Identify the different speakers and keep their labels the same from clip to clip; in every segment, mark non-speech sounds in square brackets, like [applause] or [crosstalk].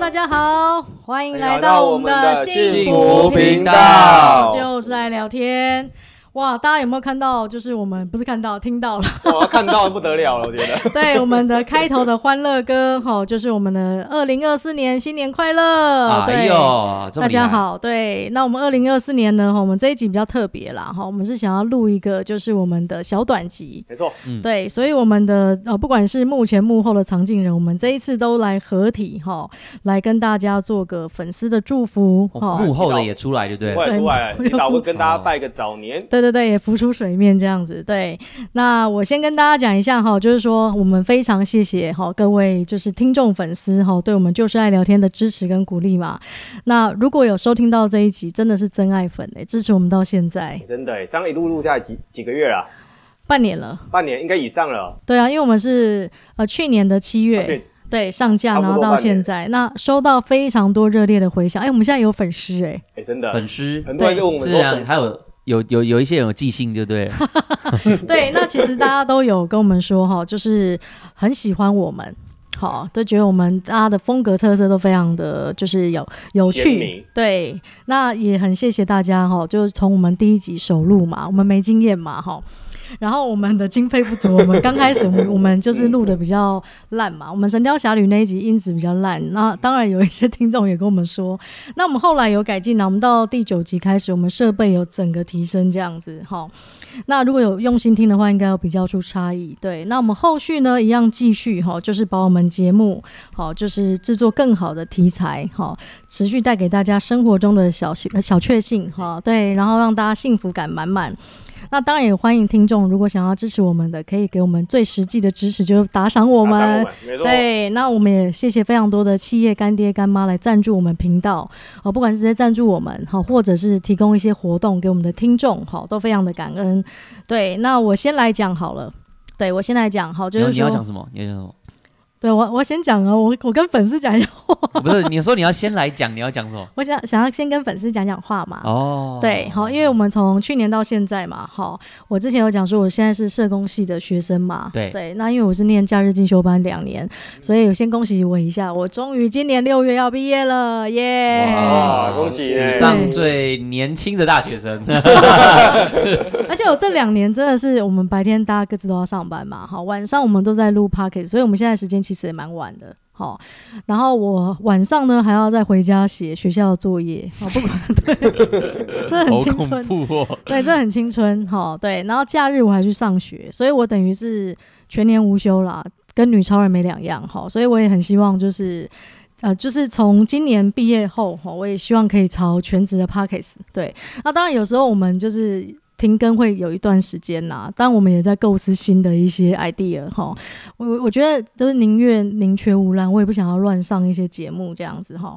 Speaker 1: 大家好，欢迎来
Speaker 2: 来到
Speaker 1: 到
Speaker 2: 我
Speaker 1: 我们
Speaker 2: 们
Speaker 1: 的
Speaker 2: 的
Speaker 1: 幸
Speaker 2: 幸
Speaker 1: 福
Speaker 2: 福
Speaker 1: 频
Speaker 2: 频
Speaker 1: 道，
Speaker 2: 道
Speaker 1: 就是爱聊天。哇，大家有没有看到？就是我们不是看到，听到
Speaker 3: [laughs]
Speaker 1: 了。
Speaker 2: 我要看到不得了了，我觉得。
Speaker 1: 对，我们的开头的欢乐歌，哈，就是我们的二零二四年新年快乐。
Speaker 3: 哎
Speaker 1: 哦对。
Speaker 3: 呦，这
Speaker 1: 大
Speaker 3: 么厉害
Speaker 1: 家，好，对，那我们二零二四年呢，哈我们这一集比较特别啦，哈，我们是想要录一个就是我们的小短集，
Speaker 2: [laughs] 没错，
Speaker 3: 嗯
Speaker 1: 对，所以我们的呃，不管是幕前幕后的常进人，我们这一次都来合体哈，来跟大家做个粉丝的祝福
Speaker 3: 哦
Speaker 1: 哈。
Speaker 3: 幕后的也出来，对不对？
Speaker 2: 快
Speaker 1: 对
Speaker 2: 出来，
Speaker 1: 我就
Speaker 2: 领导会跟大家拜个早年。
Speaker 1: 对对对，也浮出水面这样子。对，那我先跟大家讲一下哈，就是说我们非常谢谢哈各位就是听众粉丝哈，对我们就是爱聊天的支持跟鼓励嘛。那如果有收听到这一集，真的是真爱粉哎、支持我们到现在
Speaker 2: 真的耶，欸这样一路录下来几几个月了，
Speaker 1: 半年了。
Speaker 2: 半年应该以上了。
Speaker 1: 对啊，因为我们是呃去年的七月，
Speaker 2: 对，
Speaker 1: 对，上架
Speaker 2: 差不
Speaker 1: 然
Speaker 2: 多
Speaker 1: 后到现在，那收到非常多热烈的回响。哎，我们现在有粉丝
Speaker 2: [laughs]
Speaker 1: 哎，
Speaker 2: 哎，真的，
Speaker 3: 粉丝
Speaker 2: 很多人就问我们
Speaker 3: 是
Speaker 2: 说
Speaker 3: 啊，
Speaker 2: 粉，
Speaker 3: 还有有有有一些人有记性，对不对？
Speaker 1: [laughs] 对，那其实大家都有跟我们说哈，就是很喜欢我们。好，都觉得我们大家的风格特色都非常的，就是有有
Speaker 2: 鲜
Speaker 1: 趣
Speaker 2: 明，
Speaker 1: 对，那也很谢谢大家哈，就是从我们第一集首录嘛，我们没经验嘛哈，然后我们的经费不足，我们刚
Speaker 2: [laughs]
Speaker 1: 开始我们我们就是录的比较烂嘛，我们《神雕侠侣》那一集音质比较烂，那当然有一些听众也跟我们说，那我们后来有改进了，我们到第九集开始，我们设备有整个提升这样子哈。那如果有用心听的话，应该有比较出差异。对，那我们后续呢，一样继续哈，就是把我们节目好，就是制作更好的题材哈，持续带给大家生活中的小幸呃小确幸哈，对，然后让大家幸福感满满。那当然也欢迎听众，如果想要支持我们的，可以给我们最实际的支持，就是打赏我
Speaker 2: 我
Speaker 1: 们。
Speaker 2: 没
Speaker 3: 哦
Speaker 2: 错，
Speaker 1: 对，那我们也谢谢非常多的企业干爹干妈来赞助我们频道哦，不管是直接赞助我们好，或者是提供一些活动给我们的听众好，都非常的感恩。对，那我先来讲好了。对，我先来讲好，就
Speaker 3: 你要
Speaker 1: 是
Speaker 3: 你要
Speaker 1: 说，
Speaker 3: 讲什么？你要讲什么？ [laughs]
Speaker 1: 对我我先讲啊，我我跟粉丝讲一下话，
Speaker 3: 不是，你说你要先来讲，你要讲
Speaker 1: [laughs]
Speaker 3: 什么？
Speaker 1: 我想想要先跟粉丝讲讲话嘛。
Speaker 3: 哦，
Speaker 1: 对，好，因为我们从去年到现在嘛，好，我之前有讲说我现在是社工系的学生嘛，
Speaker 3: 对
Speaker 1: 那因为我是念假日进修班两年，所以先恭喜我一下，我终于今年六月要毕业了，耶、
Speaker 2: 哇恭喜
Speaker 3: 史上最年轻的大
Speaker 1: [laughs]
Speaker 3: 学生，
Speaker 1: 而且我这两年真的是，我们白天大家各自都要上班嘛，好，晚上我们都在录 p o c k e t 所以我们现在时间其实也蛮晚的，好，然后我晚上呢还要再回家写学校的作业，好，不管 [laughs] 对，真的很
Speaker 3: 好
Speaker 1: 青春
Speaker 3: 恐。怖哦！
Speaker 1: 对，这很青春哈。对，然后假日我还去上学，所以我等于是全年无休啦，跟女超人没两样哈。所以我也很希望就是。呃，就是从今年毕业后哈，我也希望可以朝全职的 pockets。对，那当然有时候我们就是停更会有一段时间啦，但我们也在构思新的一些 idea 哈。我我我觉得就是宁愿宁缺毋滥，我也不想要乱上一些节目这样子哈。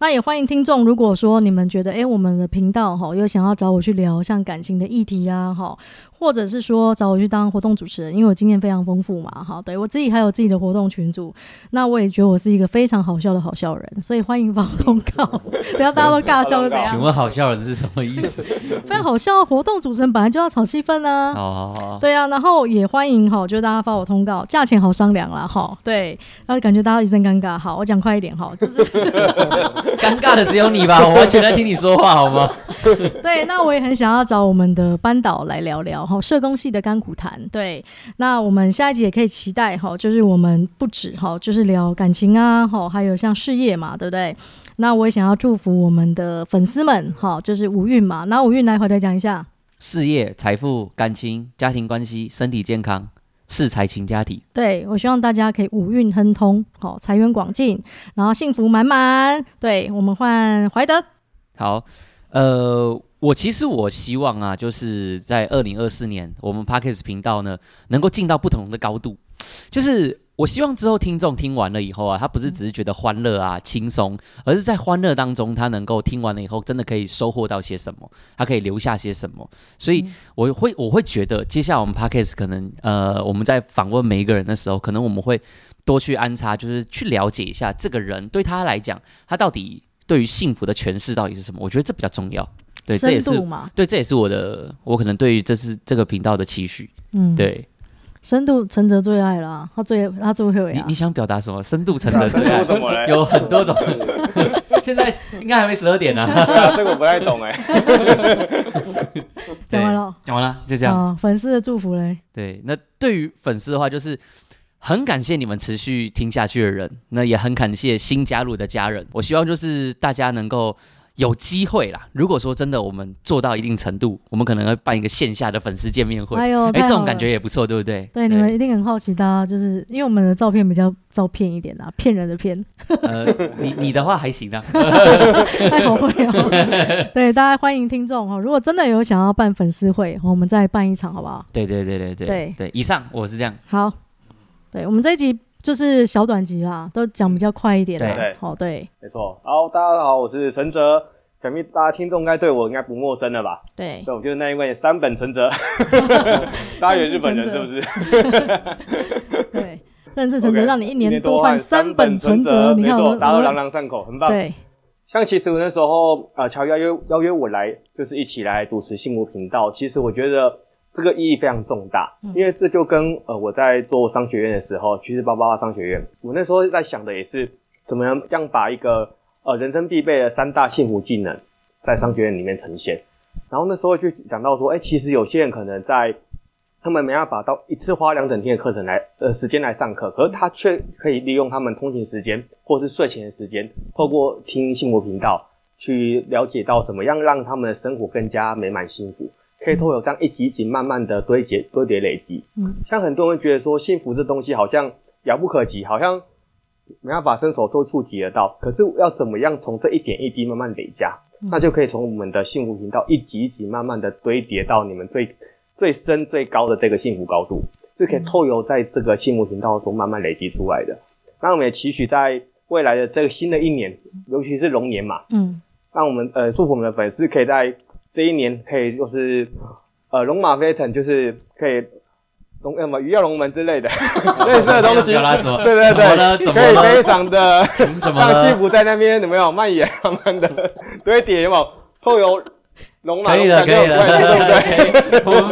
Speaker 1: 那也欢迎听众，如果说你们觉得，诶我们的频道哈，有想要找我去聊像感情的议题啊，哈，或者是说找我去当活动主持人，因为我经验非常丰富嘛，哈，对我自己还有自己的活动群组，那我也觉得我是一个非常好笑的好笑人，所以欢迎发通告， [laughs] 不要大家都尬笑是怎
Speaker 3: [laughs] 请
Speaker 1: 样？
Speaker 3: 问好笑人是什么意
Speaker 1: [laughs]
Speaker 3: 思？
Speaker 1: 非常好笑的活动主持人本来就要炒气氛啊，
Speaker 3: 好好好，
Speaker 1: 对啊，然后也欢迎哈，就大家发我通告，价钱好商量啦哈。对，然后感觉大家一阵尴尬，好，我讲快一点哈，就是 [laughs]
Speaker 3: 尴尬的只有你吧？我完全在听你说话，好吗？
Speaker 1: 对。那我也很想要找我们的班导来聊聊哈，社工系的甘苦谈。对，那我们下一集也可以期待哈，就是我们不止哈，就是聊感情啊哈，还有像事业嘛，对不对？那我也想要祝福我们的粉丝们哈，就是五运嘛，拿五运来回来讲一下。
Speaker 3: 事业、财富、感情、家庭关系、身体健康、是财情家庭。
Speaker 1: 对，我希望大家可以五运亨通，好、财源广进，然后幸福满满。对我们换怀德，
Speaker 3: 好，呃，我其实我希望啊，就是在二零二四年，我们 Parkes 频道呢，能够进到不同的高度。就是我希望之后听众听完了以后啊，他
Speaker 1: 嗯
Speaker 3: 不是只是觉得欢乐啊、轻松，而是在欢乐当中，他能够听完了以后，真的可以收获到些什么，他可以留下些什么。所以
Speaker 1: 嗯
Speaker 3: 我会我会觉得，接下来我们 Parkes 可能呃，我们在访问每一个人的时候，可能我们会多去安插，就是去了解一下这个人对他来讲，他到底。对于幸福的诠释到底是什么？我觉得这比较重要。对，这也
Speaker 1: 深
Speaker 3: 是
Speaker 1: 度嘛，
Speaker 3: 对，这也是我的，我可能对于这次这个频道的期许。
Speaker 1: 嗯，
Speaker 3: 对，
Speaker 1: 深度陈哲最爱啦，他最他最会
Speaker 3: 你
Speaker 1: 啊
Speaker 3: 你。想表达什么？深度层的最
Speaker 2: 这
Speaker 3: [laughs] 爱
Speaker 2: 我怎么了？
Speaker 3: 有很多 [laughs] 种，现在应该还没十二点
Speaker 1: [laughs]
Speaker 3: 呢、啊。
Speaker 2: 对啊这个我不太懂哎。
Speaker 1: 讲完了
Speaker 3: 对，讲完了，就这样。
Speaker 1: 啊，粉丝的祝福嘞，
Speaker 3: 对，那对于粉丝的话，就是很感谢你们持续听下去的人，那也很感谢新加入的家人。我希望就是大家能够有机会啦。如果说真的我们做到一定程度，我们可能会办一个线下的粉丝见面会，
Speaker 1: 哎呦，
Speaker 3: 哎，
Speaker 1: 太
Speaker 3: 这
Speaker 1: 好
Speaker 3: 种
Speaker 1: 了
Speaker 3: 感觉也不错，对不对？
Speaker 1: 对，你们一定很好奇，大家就是因为我们的照片比较照片一点啦，啊骗人的
Speaker 3: [laughs]
Speaker 1: 骗，
Speaker 3: 呃，你你的话还行啊，
Speaker 1: 太好会
Speaker 3: [laughs]
Speaker 1: 哦。对，大家欢迎听众哦，如果真的有想要办粉丝会，我们再办一场好不好？
Speaker 3: 对对对对对
Speaker 1: 对
Speaker 3: 以上我是这样，
Speaker 1: 好，对我们这一集就是小短集啦，都讲比较快一点啦
Speaker 2: 对。
Speaker 1: 好，对
Speaker 2: [laughs] 没错。好，大家好，我是陈哲。想必大家听众应该对我应该不陌生了吧？
Speaker 1: 对，
Speaker 2: 对，我就是那一位三本
Speaker 1: [laughs]
Speaker 2: 陈哲。大家以为日本人是不是？
Speaker 1: 对，认识陈哲
Speaker 2: OK，
Speaker 1: 让你一
Speaker 2: 一
Speaker 1: 年
Speaker 2: 多
Speaker 1: 多换三本存折，
Speaker 2: 没
Speaker 1: 你看
Speaker 2: 错，
Speaker 1: 我
Speaker 2: 大家都
Speaker 1: 我
Speaker 2: 朗朗上口，很棒。
Speaker 1: 对
Speaker 2: 像其实我那时候呃，乔邀约邀约我来，就是一起来主持幸福频道。其实我觉得这个意义非常重大，因为这就跟呃我在做商学院的时候，趋势八八八商学院，我那时候在想的也是怎么样把一个呃人生必备的三大幸福技能在商学院里面呈现。然后那时候就讲到说，哎，其实有些人可能在他们没办法到一次花两整天的课程来，呃，时间来上课，
Speaker 1: 嗯
Speaker 2: 可是他却可以利用他们通勤时间或是睡前的时间，透过听幸福频道去了解到怎么样让他们的生活更加美满幸福，可以透过这样一集一集慢慢的堆积堆叠累积。
Speaker 1: 嗯，
Speaker 2: 像很多人觉得说幸福这东西好像遥不可及，好像没办法伸手就触及得到，可是要怎么样从这一点一滴慢慢累加，
Speaker 1: 嗯
Speaker 2: 那就可以从我们的幸福频道一集一集慢慢的堆叠到你们最最深最高的这个幸福高度，是
Speaker 3: 嗯
Speaker 2: 可以透由在这个幸福频道中慢慢累积出来的。那我们也期许在未来的这个新的一年，尤其是龙年嘛，
Speaker 1: 嗯，
Speaker 2: 让我们呃祝福我们的粉丝可以在这一年可以就是呃龙马飞腾，就是可以龙呃鱼跃龙门之类
Speaker 3: [laughs]
Speaker 2: 的类似的东西，
Speaker 3: 表达什么？
Speaker 2: 对对
Speaker 3: 怎么了？
Speaker 2: 对，
Speaker 3: 怎
Speaker 2: 可以
Speaker 3: 么
Speaker 2: 非
Speaker 3: 了？
Speaker 2: 常的
Speaker 3: 你 [laughs] 怎么
Speaker 2: 让幸
Speaker 3: 了？
Speaker 2: 福在那边有没有蔓延他们的 [laughs] 堆叠有没有透由龙马
Speaker 3: 可以了，
Speaker 2: 龙
Speaker 3: 可
Speaker 2: 腾
Speaker 3: 以
Speaker 2: 这种关系
Speaker 3: 了，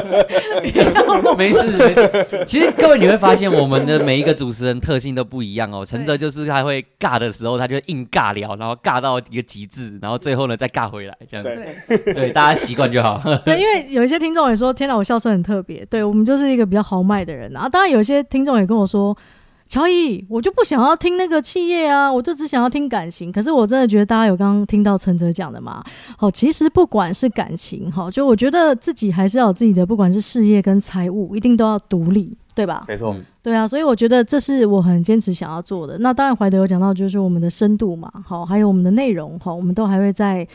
Speaker 3: 可以 [laughs] 我们没事没事。其实各位你会发现，我们的每一个主持人特性都不一样哦。陈哲就是他会尬的时候，他就硬尬聊，然后尬到一个极致，然后最后呢再尬回来，这样子。
Speaker 1: 对。
Speaker 3: 对，大家习惯就好。 [laughs]
Speaker 1: 对，因为有一些听众也说，天哪，我笑声很特别。对我们就是一个比较豪迈的人啊。当然，有一些听众也跟我说，乔伊，我就不想要听那个企业啊，我就只想要听感情。可是我真的觉得大家有刚刚听到陈哲讲的嘛，好，其实不管是感情，好，就我觉得自己还是要有自己的，不管是事业跟财务，一定都要独立，对吧？
Speaker 2: 没错，
Speaker 1: 对啊，所以我觉得这是我很坚持想要做的。那当然，怀德有讲到，就是我们的深度嘛，好，还有我们的内容，好，我们都还会在，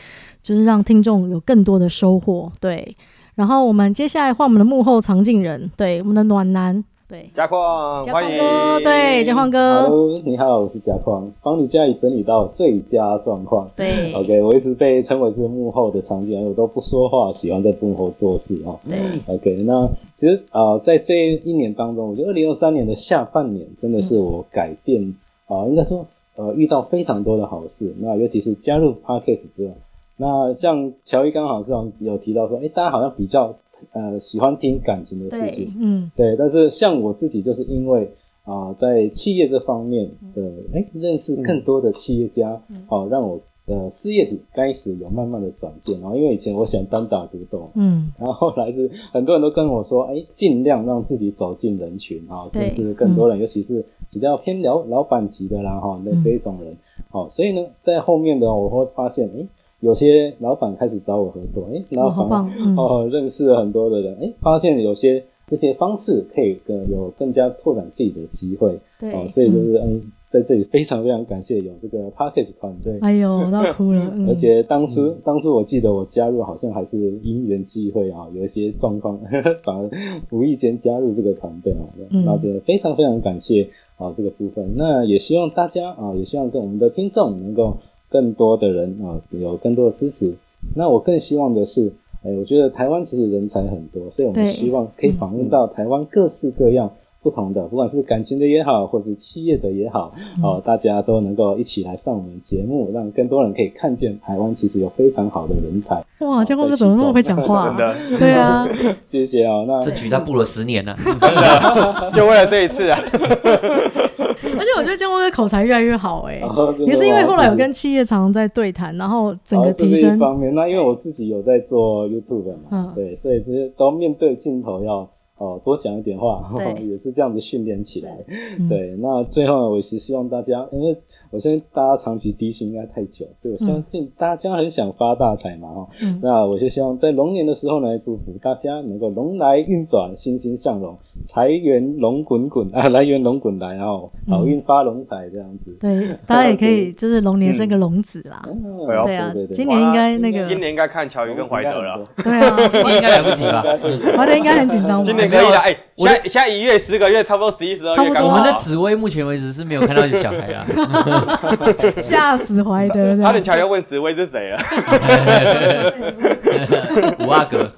Speaker 1: 就是让听众有更多的收获。对，然后我们接下来换我们的幕后常进人，对，我们的暖男，对，
Speaker 2: 嘉矿
Speaker 1: 嘉
Speaker 2: 嗯欢
Speaker 1: 矿
Speaker 2: 迎
Speaker 1: 哥，对，嘉，矿哥，
Speaker 4: Hello，你好，我是贾矿，帮你家里整理到最佳状况。
Speaker 1: 对，
Speaker 4: OK，我一直被称为是幕后的常见人，我都不说话，喜欢在幕后做事哦。
Speaker 1: 对，
Speaker 2: 嗯
Speaker 4: OK，那其实啊、呃在这一年当中，我觉得二零二三年的下半年真的是我改变啊、呃应该说呃遇到非常多的好事。那尤其是加入 Podcast 之后，那像乔伊刚好是好像有提到说，哎、大家好像比较呃喜欢听感情的事情
Speaker 1: 对，，嗯，
Speaker 4: 对，但是像我自己就是因为啊、在企业这方面的哎、诶认识更多的企业家，哦、
Speaker 1: 嗯
Speaker 4: 让我的事业体开始有慢慢的转变。然后因为以前我喜欢单打独斗， [laughs]
Speaker 1: 嗯，
Speaker 4: 然后后来是很多人都跟我说，哎、尽量让自己走进人群啊，
Speaker 1: 对
Speaker 4: 认识更多人，尤其是比较偏老老板级的啦哈，那
Speaker 1: 嗯
Speaker 4: 这一种人，好、所以呢，在后面的我会发现，哎、有些老板开始找我合作，哎、然
Speaker 1: 哦，
Speaker 4: 后
Speaker 1: 好
Speaker 4: 反而
Speaker 1: 棒，嗯，
Speaker 4: 哦，认识了很多的人，哎，发现有些这些方式可以更有更加拓展自己的机会
Speaker 1: 对，
Speaker 4: 哦，所以就
Speaker 1: 嗯
Speaker 4: 是嗯，在这里非常非常感谢有这个 Parkes 团队，
Speaker 1: 哎呦，我都要哭了，嗯
Speaker 4: 而且当初、当初我记得我加入好像还是因缘际会啊，有一些状况， [laughs] 反而无意间加入这个团队啊，
Speaker 1: 嗯
Speaker 4: 那这非常非常感谢啊这个部分。那也希望大家啊，也希望跟我们的听众能够更多的人啊有更多的支持。那我更希望的是，哎，我觉得台湾其实人才很多，所以我们
Speaker 1: 对嗯
Speaker 4: 希望可以访问到台湾各式各样。不同的，不管是感情的也好，或是企业的也好，
Speaker 1: 嗯
Speaker 4: 哦、大家都能够一起来上我们节目，让更多人可以看见台湾其实有非常好的人才。
Speaker 1: 嗯哇，江光哥怎么那么会讲话、
Speaker 2: 真的
Speaker 1: 啊？， [laughs] 对啊，
Speaker 4: 谢谢哦，那
Speaker 3: 这局他布了十年了，
Speaker 2: [laughs] 就为了这一次啊，
Speaker 1: 而且我觉得江光哥口才越来越好哎、
Speaker 4: [laughs] 哦真的
Speaker 1: 也是因为
Speaker 4: 吗
Speaker 1: 后来有
Speaker 4: 谢谢
Speaker 1: 跟企业常常在对谈，然后整
Speaker 4: 然
Speaker 1: 个
Speaker 4: 后这
Speaker 1: 提
Speaker 4: 是一
Speaker 1: 升。
Speaker 4: 方面。那因为我自己有在做 YouTube 嘛，
Speaker 1: 嗯
Speaker 4: 对，所以这些都面对镜头要哦多讲一点话，
Speaker 1: 对
Speaker 4: [laughs] 也是这样子训练起来。
Speaker 1: 嗯
Speaker 4: 对，那最后呢，我是希望大家，因为我相信大家长期低薪应该太久，所以我相信大家很想发大财嘛，哈、
Speaker 1: 嗯
Speaker 4: 那我就希望在龙年的时候呢，祝福大家能够龙来运转，欣欣向荣，财源龙滚滚啊，来源龙滚来，然后好运发龙财这样子。
Speaker 1: 对，大家也可
Speaker 4: 嗯
Speaker 1: 以就是龙年生个龙子啦。
Speaker 2: 嗯
Speaker 1: 对啊
Speaker 4: 对对，对
Speaker 1: 今年应该那个，
Speaker 2: 今年应该看乔伊跟怀德了。
Speaker 1: 对啊，
Speaker 3: 今年应该来不及
Speaker 2: [laughs]
Speaker 3: 吧？
Speaker 1: 怀德应该很紧张吧
Speaker 2: 今？年可以了，哎、
Speaker 3: 我
Speaker 2: 下下一月十个月，差不多十一、十二
Speaker 1: 差不
Speaker 2: 月
Speaker 1: 多啊
Speaker 2: 刚好。
Speaker 3: 我们的紫薇目前为止是没有看到有小孩啊。
Speaker 1: 吓死怀德这
Speaker 2: 差点
Speaker 1: 样。
Speaker 2: 乔要问紫薇是谁了，
Speaker 3: 五阿哥，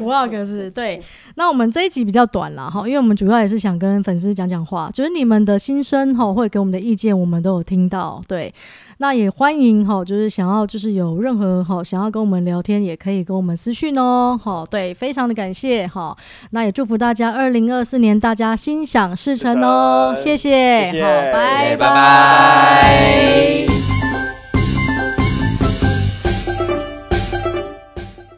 Speaker 1: 五二个是对，那我们这一集比较短啦哈，因为我们主要也是想跟粉丝讲讲话，就是你们的心声哈，或者给我们的意见，我们都有听到。对，那也欢迎哈，就是想要就是有任何哈想要跟我们聊天，也可以跟我们私讯哦。好，对，非常的感谢哈，那也祝福大家二零二四年大家心想事成哦，
Speaker 2: 是的
Speaker 1: 谢谢，
Speaker 2: 谢谢
Speaker 1: 好，拜
Speaker 3: 拜拜。